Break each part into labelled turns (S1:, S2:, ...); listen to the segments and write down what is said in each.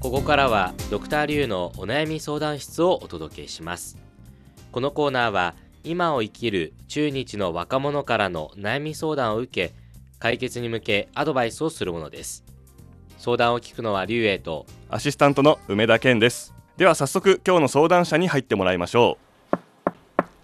S1: ここからはドクターリュウのお悩み相談室をお届けしますこのコーナーは今を生きる中日の若者からの悩み相談を受け解決に向けアドバイスをするものです相談を聞くのはリュウエイと
S2: アシスタントの梅田健ですでは早速今日の相談者に入ってもらいましょ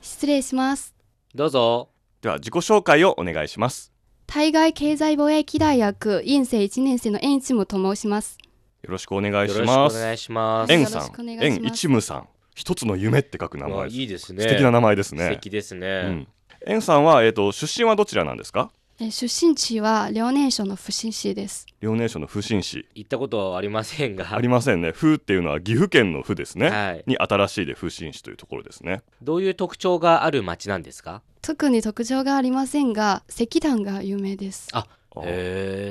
S3: 失礼します。
S1: どうぞ
S2: うでは自己紹介をお願いします
S3: 対外経済貿易大学院生1年生の円一武と申します。
S2: よろしくお願
S1: よ
S2: い
S1: ろ
S2: し
S1: しくお
S2: ます
S1: 願いします
S3: え
S2: 円
S3: ん
S2: さ
S3: よろしくお
S2: ん
S3: 願いします
S2: 円一夢さん一つの夢って書く名
S1: うわ
S2: 前
S1: いいですね
S2: 素敵な名前ですね
S1: 素敵ですね、
S2: うん、円さんはえっ、と出身はどちらなんですか
S3: えー出身地は遼寧省の阜新市です。
S2: 遼寧省の阜新市
S1: 行ったことはありませんが
S2: ありませんね阜っていうのは岐阜県の阜ですね、
S1: はい、
S2: に新しいで阜新市というところですね
S1: どういう特徴がある町なんですか
S3: 特に特徴がありませんが、石炭が有名です。
S1: あ
S2: あー
S1: へ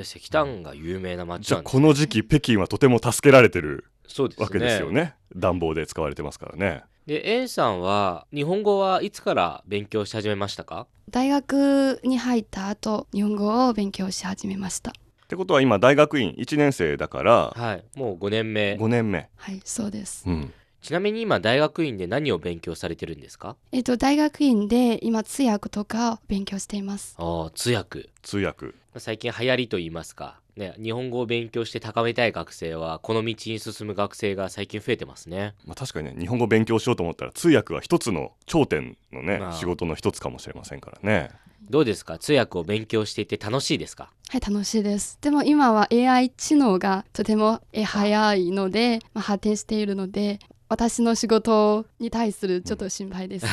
S1: え石炭が有名な町
S2: じ
S1: な
S2: ゃあ
S1: んです
S2: この時期北京はとても助けられてる
S1: そうですね
S2: わけですよね暖房で使われてますからね
S1: で円さんは日本語はいつから勉強し始めましたか
S3: 大学に入った後、日本語を勉強し始めました。
S2: ってことは今大学院1年生だから
S1: はいもう5年目
S2: 5年目、
S3: はい、そうです。
S2: うん、
S1: ちなみに今大学院で何を勉強されてるんですか
S3: えっ、と、大学院で今通訳とかを勉強しています。
S1: ああ通訳
S2: 通訳
S1: 最近流行りと言いますか、ね、日本語を勉強して高めたい学生はこの道に進む学生が最近増えてますね
S2: まあ、確かにね日本語勉強しようと思ったら通訳は一つの頂点のね、
S1: まあ
S2: 仕事の一つかもしれませんからね
S1: どうですか通訳を勉強していて楽しいですか
S3: はい、楽しいです。でも今は AI 知能がとてもえ早いので、まあ、発展しているので、私の仕事に対するちょっと心 配です。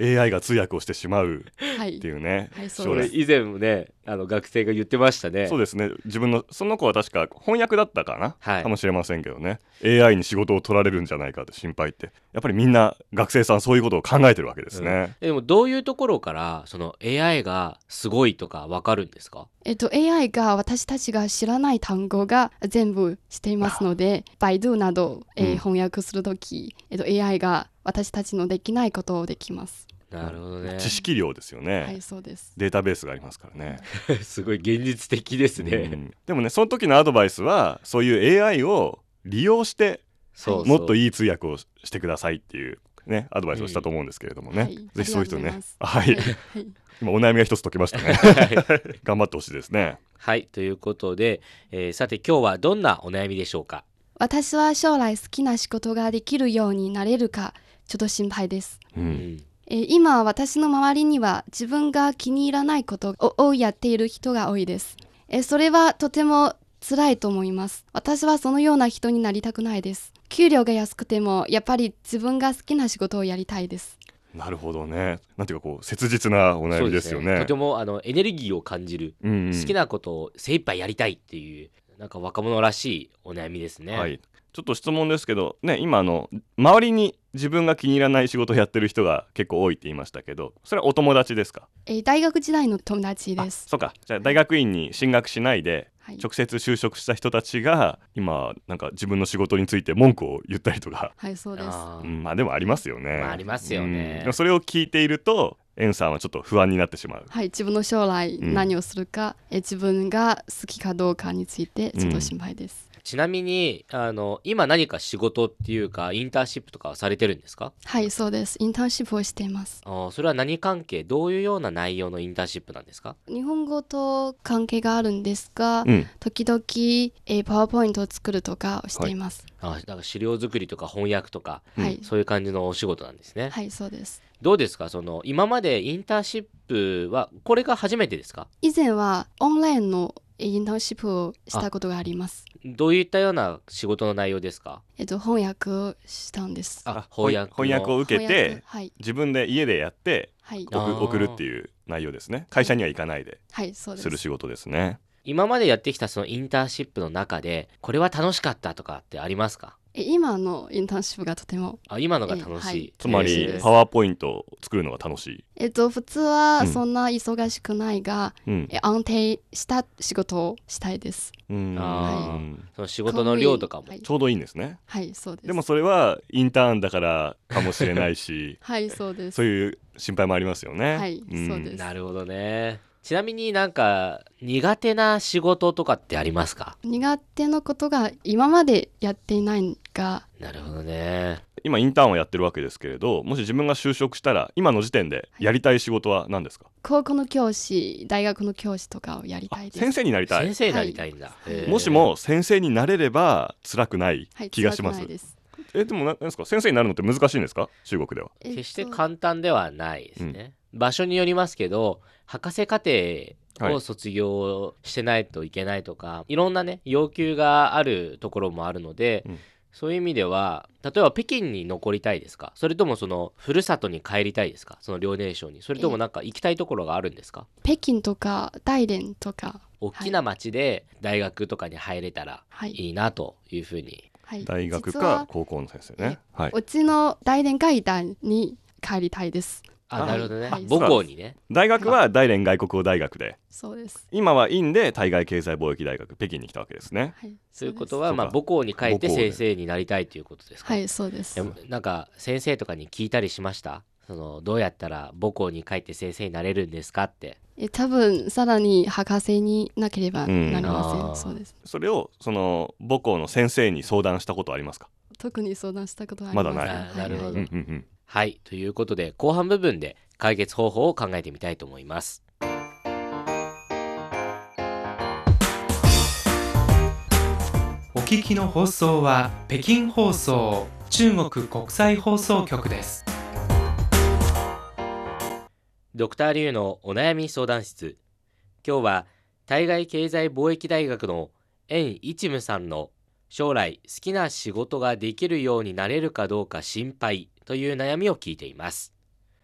S2: AI が通訳をしてしまう
S3: は
S2: っ
S3: い
S2: て。いうね、
S3: はいそう
S2: 将
S3: で
S2: 来
S3: す
S1: 以前もねあの学生が言ってましたね
S2: そうですね自分のその子は確か翻訳だったかな、
S1: はい
S2: かもしれませんけどね AI に仕事を取られるんじゃないかって心配ってやっぱりみんな学生さんそういうことを考えてるわけですね、
S1: でもどういうところからその AI がすごいとかわかるんですか
S3: えっと、AI が私たちが知らない単語が全部していますので、バイドゥなど、えー
S2: うん
S3: 翻訳するとき、えっと、AI が私たちのできないことをできます。
S1: なるほどね
S2: 知識量ですよね、
S3: はい、そうです。
S2: データベースがあり ますからね
S1: すごい現実的ですね、
S2: うんでもねその時のアドバイスはそういう AI を利用して
S1: そうそう
S2: もっといい通訳をしてくださいっていうねアドバイスをしたと思うんですけれどもね、
S3: はい
S2: ぜひそういう人ねは
S3: あ
S2: い
S3: りがとうございますはいはい
S2: 今お悩みが一つ解けましたね
S1: はい
S2: 頑張ってほしいですね
S1: はいということで、えーさて今日はどんなお悩みでしょうか
S3: 私は将来好きな仕事ができるようになれるか、ちょっと心配です。
S2: う、
S1: うんん
S3: えー今私の周りには自分が気に入らないことをやっている人が多いです、えーそれはとても辛いと思います私はそのような人になりたくないです給料が安くてもやっぱり自分が好きな仕事をやりたいです
S2: なるほどねなんていうかこう切実なお悩みですよね
S1: とてもあのエネルギーを感じる、
S2: うんうん
S1: 好きなことを精一杯やりたいっていうなんか若者らしいお悩みですね、
S2: はいちょっと質問ですけどね今あの周りに自分が気に入らない仕事をやってる人が結構多いって言いましたけどそれはお友達ですか
S3: えー大学時代の友達
S2: あ
S3: です
S2: そうかじゃあ大学院に進学しないで
S3: はい、
S2: 直接就職した人たちが今なんか自分の仕事について文句を言ったりとか、
S3: はい、そうです
S1: あー
S2: うんまあでもありますよね。
S1: まあありますよね
S2: うんでもそれを聞いているとエンさんはちょっと不安になってしまう。
S3: はい自分の将来
S2: うん
S3: 何をするか、えー自分が好きかどうかについてちょっと心配です、
S1: ちなみにあの今何か仕事っていうかインターンシップとかはされてるんですか
S3: はいそうですインターンシップをしています
S1: あーそれは何関係どういうような内容のインターンシップなんですか
S3: 日本語と関係があるんですが、
S2: うん
S3: 時々、えー、パワーポイントを作るとかをしています。
S1: あーなんか資料作りとか翻訳とか
S2: はい
S3: はい、
S1: そういう感じのお仕事なんですね、
S3: はい、そうです。
S1: どうですかその今までインターンシップはこれが初めてですか
S3: 以前はオンラインのえーインターンシップをしたことがあります。
S1: どういったような仕事の内容ですか
S3: えっと、翻訳をしたんです。
S1: あ
S2: ほい
S1: 翻訳の
S2: 翻訳を受け
S3: 翻訳
S2: て
S3: はい、
S2: 自分で家でやって
S3: はい、
S1: あー
S2: 送送るっていう内容ですね。会社には行かないで
S3: はい、そうです
S2: する仕事ですね。
S1: 今までやってきたそのインターンシップの中でこれは楽しかったとかってありますか
S3: え今のインターンシップがとても、
S1: あ今のが楽しい、
S3: はい
S2: つま
S3: 嬉しい
S2: り
S3: です
S2: パワーポイントを作るのが楽しい。
S3: えっと、普通
S2: う
S3: は
S2: ん
S3: そんな忙しくないが、
S2: うん。
S3: え安定した仕事をしたいです。
S2: うん
S1: あー
S2: うん
S1: その仕事の量とかも
S3: はい
S2: ち、ょうどいいんですね。
S3: はい、そうです。
S2: でもそれはインターンだからかもしれないし
S3: はい、そうです。
S2: そういう心配もありますよね。
S3: はい
S2: ん
S3: そうです
S1: なるほどねちちなみになんか苦手な仕事とかってありますか
S3: 苦手なことが今までやっていないが
S1: なるほどね
S2: 今インターンをやってるわけですけれどもし自分が就職したら今の時点でやりたい仕事は何ですか、
S3: 高校の教師大学の教師とかをやりたい
S2: あ
S3: です
S2: 先生になりたい
S1: 先生になりたいんだ、
S3: はい
S1: へー
S2: もしも先生になれれば辛くない
S3: はい
S2: 気がします,、
S3: 辛くないです
S2: えでもななんですか先生になるのって難しいんですか中国では
S3: えっと
S1: 決して簡単ではないですね、場所によりますけど博士課程を卒業してないといけないとか、い、ろんなね要求があるところもあるので、
S2: うん
S1: そういう意味では例えば北京に残りたいですかそれともそのふるさとに帰りたいですかその遼寧省にそれともなんか行きたいところがあるんですか
S3: 北京とか大連とか
S1: 大きな町で大学とかに入れたら
S3: はい、
S1: いいなというふうに、
S3: はい、
S2: 大学
S3: 実は
S2: か高校の先生ねはいう
S3: ちの大連外大に帰りたいです
S1: あなるほどね
S3: はい
S1: 母校にね
S2: 大学は大連外国語大学で
S3: そうです
S2: 今は院で対外経済貿易大学北京に来たわけですね
S3: はい
S1: というこ
S3: は
S1: とは、
S2: そう
S1: ま
S2: か
S1: あ、母校に帰って
S2: 母校で
S1: 先生になりたいということですか、
S3: はいそうです
S1: でもなんか先生とかに聞いたりしましたそのどうやったら母校に帰って先生になれるんですかって
S3: え多分さらに博士になければなりません、
S1: うん
S3: そうです
S2: それをその母校の先生に相談したことありますか
S3: 特に相談したことはありません
S2: まだない
S1: あなるほ
S2: う
S1: ど
S2: んうんうん
S1: はいということで後半部分で解決方法を考えてみたいと思います
S4: お聞きの放送は北京放送中国国際放送局です。
S1: ドクターリュウのお悩み相談室今日は対外経済貿易大学の円一夢さんの将来好きな仕事ができるようになれるかどうか心配という悩みを聞いています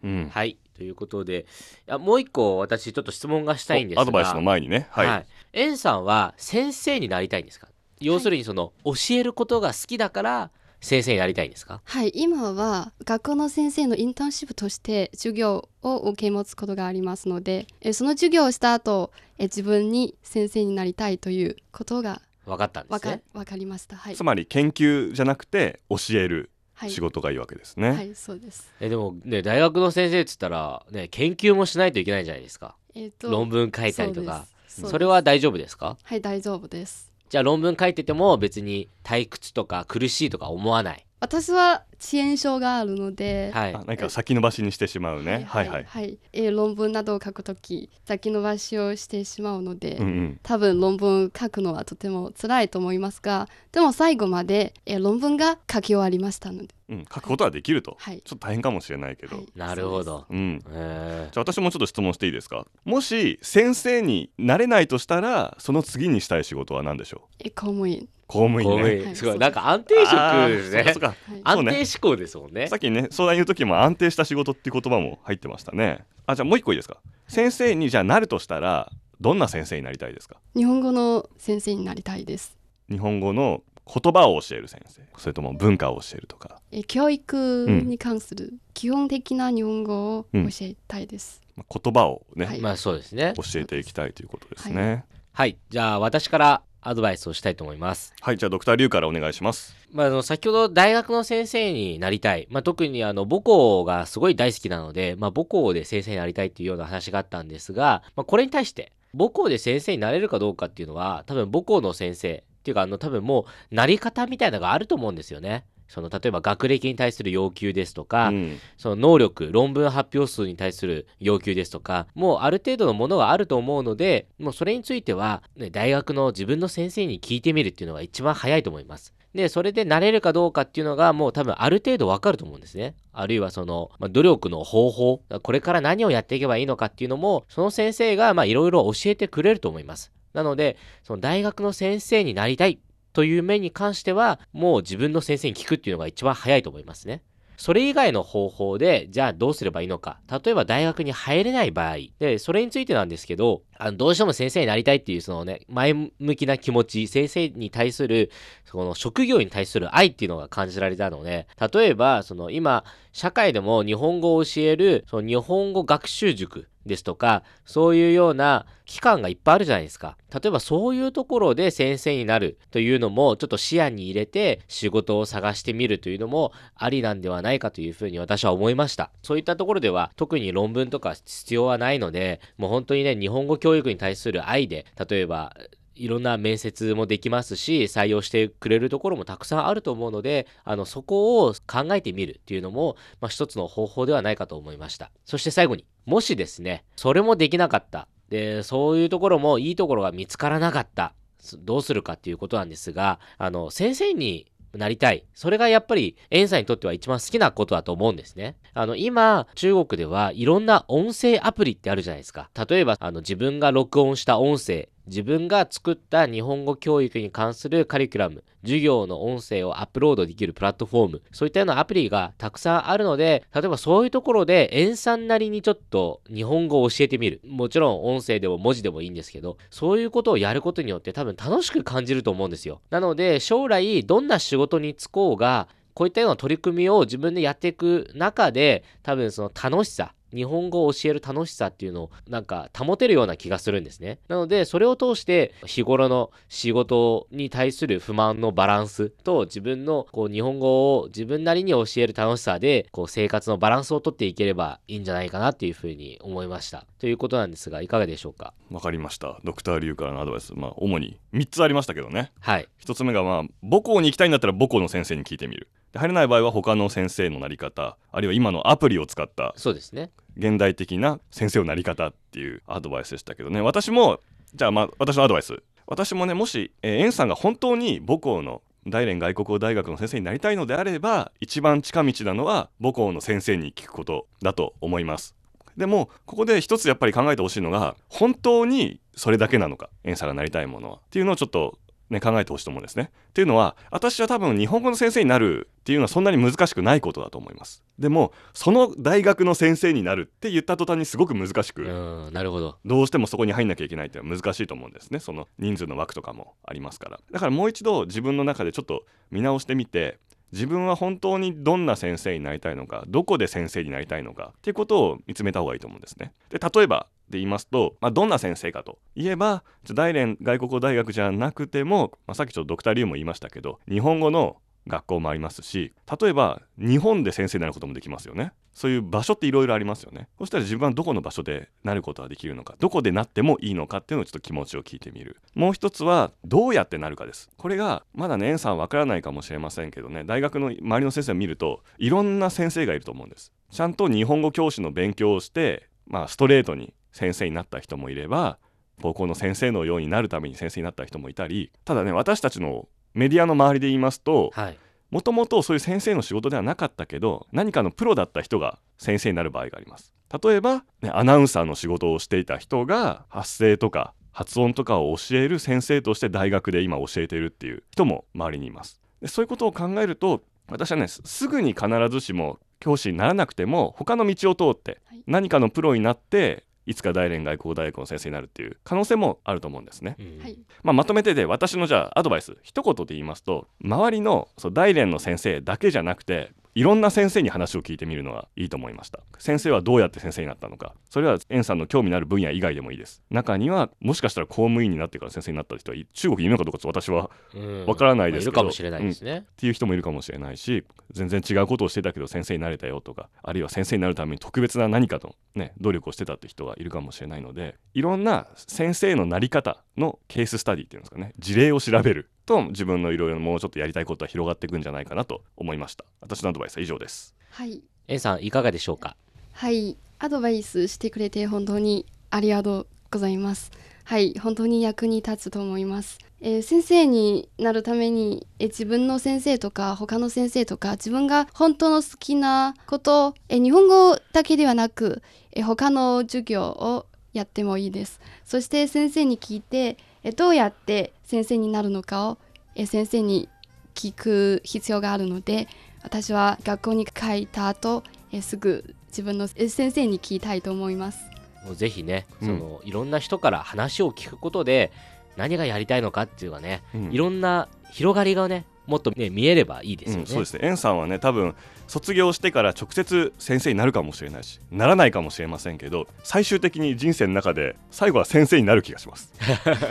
S2: うん
S1: はいということでいやもう一個私ちょっと質問がしたいんですが
S2: アドバイスの前にね
S1: は、
S2: はいい、
S1: エンさんは先生になりたいんですか要するにその、教えることが好きだから先生になりたいんですか
S3: はい今は学校の先生のインターンシップとして授業を受け持つことがありますのでえその授業をした後え自分に先生になりたいということが
S1: 分かったんで
S3: わ
S1: す
S3: か,、
S1: ね
S3: わかりましたはい
S2: つまり研究じゃなくて教える
S3: はい
S2: 仕事がいいわけですね、
S3: はいそうです
S1: えでもね大学の先生っつったらね研究もしないといけないじゃないですか
S3: えっ、と
S1: 論文書いたりとかそ
S3: そうです
S1: れは大丈夫ですか
S3: はい大丈夫です
S1: じゃあ論文書いてても別に退屈とか苦しいとか思わない
S3: 私は遅延症があるので
S1: はい
S2: あなんか先延ばしにしてしまうねはいはい、
S3: はいえー論文などを書くとき先延ばしをしてしまうので、
S2: うんうん
S3: 多分論文書くのはとても辛いと思いますがでも最後まで、えー論文が書き終わりましたので、
S2: うん、書くことはできると、
S3: はい
S2: ちょっと大変かもしれないけど、
S3: はい
S1: なるほど
S2: うん
S1: へえ
S2: じゃあ私もちょっと質問していいですかもし先生になれないとしたらその次にしたい仕事は何でしょう
S3: えー公務員、
S2: 公務
S1: 公
S2: 員
S1: 務
S2: ね
S1: 員
S3: はい
S1: すご
S3: そ
S1: いうなんか安定職です
S2: あー
S1: ね
S2: そうかそう
S3: はい、
S2: あ
S1: 安定志向ですもんね
S2: かさっきね相談言う時も安定した仕事って言葉も入ってましたねあじゃあもう一個いいですか先生にじゃあなるとしたらどんな先生になりたいですか
S3: 日本語の先生になりたいです、
S2: 日本語の言葉を教える先生それとも文化を教えるとか、
S3: えー教育に関する基本的な日本語を教えたいで
S2: ま
S3: す、
S2: あ言葉をね、
S3: はい
S1: まあそうですね
S2: 教えていきたいということですね
S1: はいじゃあ私からアドバイスをしたいと思います
S2: はい、じゃあドクターリュウからお願いします
S1: まあ、あの先ほど大学の先生になりたい、まあ、特にあの母校がすごい大好きなので、まあ、母校で先生になりたいっていうような話があったんですが、まあ、これに対して母校で先生になれるかどうかっていうのは多分母校の先生っていうかあの多分もうなり方みたいなのがあると思うんですよね。その例えば学歴に対する要求ですとか、
S2: うん
S1: その能力論文発表数に対する要求ですとかもうある程度のものがあると思うのでもうそれについては、ね、大学の自分の先生に聞いてみるっていうのが一番早いと思います。でそれで慣れるかどうかっていうのがもう多分ある程度わかると思うんですね。あるいはその、まあ、努力の方法これから何をやっていけばいいのかっていうのもその先生がまあいろいろ教えてくれると思います。なのでその大学の先生になりたいという面に関してはもう自分の先生に聞くっていうのが一番早いと思いますね。それ以外の方法で、じゃあどうすればいいのか。例えば大学に入れない場合。で、それについてなんですけど、あのどうしても先生になりたいっていう、そのね、前向きな気持ち、先生に対する、その職業に対する愛っていうのが感じられたので、例えば、その今、社会でも日本語を教える、その日本語学習塾ですとかそういうような期間がいっぱいあるじゃないですか例えばそういうところで先生になるというのもちょっと視野に入れて仕事を探してみるというのもありなんではないかというふうに私は思いましたそういったところでは特に論文とか必要はないのでもう本当にね日本語教育に対する愛で例えばいろんな面接もできますし採用してくれるところもたくさんあると思うのであのそこを考えてみるっていうのも、まあ、一つの方法ではないかと思いましたそして最後にもしですねそれもできなかったでそういうところもいいところが見つからなかったすどうするかっていうことなんですがあの先生になりたいそれがやっぱりエンさんにとっては一番好きなことだと思うんですねあの今中国ではいろんな音声アプリってあるじゃないですか例えばあの自分が録音した音声自分が作った日本語教育に関するカリキュラム授業の音声をアップロードできるプラットフォームそういったようなアプリがたくさんあるので例えばそういうところで塩酸なりにちょっと日本語を教えてみるもちろん音声でも文字でもいいんですけどそういうことをやることによって多分楽しく感じると思うんですよなので将来どんな仕事に就こうがこういったような取り組みを自分でやっていく中で多分その楽しさ日本語を教える楽しさっていうのをなんか保てるような気がするんですね。なのでそれを通して日頃の仕事に対する不満のバランスと自分のこう日本語を自分なりに教える楽しさでこう生活のバランスをとっていければいいんじゃないかなっていうふうに思いました。ということなんですがいかがでしょうか
S2: わかりましたドクターリュウからのアドバイスまあ主に3つありましたけどね
S1: はい。
S2: 1つ目がまあ母校に行きたいんだったら母校の先生に聞いてみるで入れない場合は他の先生のなり方あるいは今のアプリを使った
S1: そうですね。
S2: 現代的な先生のなり方っていうアドバイスでしたけどね私もじゃあまあ私のアドバイス私もねもし、えー、エンさんが本当に母校の大連外国語大学の先生になりたいのであれば一番近道なのは母校の先生に聞くことだと思いますでもここで一つやっぱり考えてほしいのが本当にそれだけなのかエンさんがなりたいものはっていうのをちょっとね、考えてほしいと思うんですね。っていうのは私は多分日本語の先生になるっていうのはそんなに難しくないことだと思います。でもその大学の先生になるって言った途端にすごく難し
S1: う
S2: く、
S1: んなるほど。
S2: どうしてもそこに入んなきゃいけないっていうのは難しいと思うんですねその人数の枠とかもありますからだからもう一度自分の中でちょっと見直してみて自分は本当にどんな先生になりたいのかどこで先生になりたいのかっていうことを見つめた方がいいと思うんですねで例えばで言いますと、まあ、どんな先生かといえばちょ大連外国語大学じゃなくても、まあ、さっきちょっとドクターリュウも言いましたけど日本語の学校もありますし例えば日本で先生になることもできますよねそういう場所っていろいろありますよねそしたら自分はどこの場所でなることができるのかどこでなってもいいのかっていうのをちょっと気持ちを聞いてみるもう一つはどうやってなるかですこれがまだねエンさんわからないかもしれませんけどね大学の周りの先生を見るといろんな先生がいると思うんですちゃんと日本語教師の勉強をしてまあストレートに先生になった人もいれば高校の先生のようになるために先生になった人もいたりただね私たちのメディアの周りで言いますと、
S1: はい。
S2: もともとそういう先生の仕事ではなかったけど何かのプロだった人が先生になる場合があります例えば、ね、アナウンサーの仕事をしていた人が発声とか発音とかを教える先生として大学で今教えているっていう人も周りにいますでそういうことを考えると私はねすすぐに必ずしも教師にならなくても他の道を通って
S3: はい
S2: 何かのプロになっていつか大連外交大学の先生になるっていう可能性もあると思うんですね
S1: うん
S3: はい、
S2: まあ、まとめてで私のじゃあアドバイス一言で言いますと周りのそう大連の先生だけじゃなくていろんな先生に話を聞いてみるのがいいと思いました先生はどうやって先生になったのかそれは円さんの興味のある分野以外でもいいです中にはもしかしたら公務員になってから先生になった人はい中国にいるのかどうかちょっと私はっ
S1: うん
S2: わからないで
S1: まあいる
S2: すけど
S1: かもしれないですね。
S2: ていう人もいるかもしれないし全然違うことをしてたけど先生になれたよとかあるいは先生になるために特別な何かとね努力をしてたって人がいるかもしれないのでいろんな先生のなり方のケーススタディっていうんですかね事例を調べると自分のいろいろもうちょっとやりたいことは広がっていくんじゃないかなと思いました私のアドバイスは以上です
S3: はい、
S1: エンさんいかがでしょうか
S3: はい、アドバイスしてくれて本当にありがとうございます。はい、本当に役に立つと思います。えー先生になるために、えー自分の先生とか他の先生とか自分が本当の好きなこと、えー日本語だけではなく、えー他の授業をやってもいいです。そして先生に聞いて、えーどうやって先生になるのかを、えー先生に聞く必要があるので、私は学校に帰った後、えーすぐ自分のえー先生に聞きたいと思います。
S1: もうぜひね、
S2: うん
S1: そのいろんな人から話を聞くことで何がやりたいのかっていうかね、
S2: うん
S1: いろんな広がりがねもっと、ね、見えればいいですよ
S2: う
S1: ね。
S2: ん、そうですね円さんはね多分卒業してから直接先生になるかもしれないしならないかもしれませんけど最終的に人生の中で最後は先生になる気が します、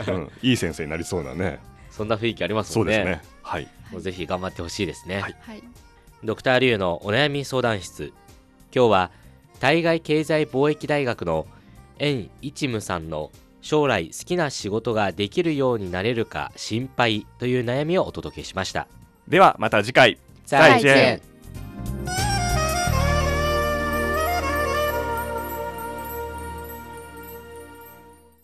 S2: うん、いい先生になりそうなね
S1: そんな雰囲気あります
S2: そ
S1: も
S2: うんで
S1: ね。
S2: すねはい
S1: もうぜひ頑張ってほしいですね。
S2: はい
S3: はい、
S1: ドクターリュウのお悩み相談室今日は対外経済貿易大学の円一夢さんの将来好きな仕事ができるようになれるか心配という悩みをお届けしました
S2: ではまた次回
S3: 再
S2: 再见
S3: 见。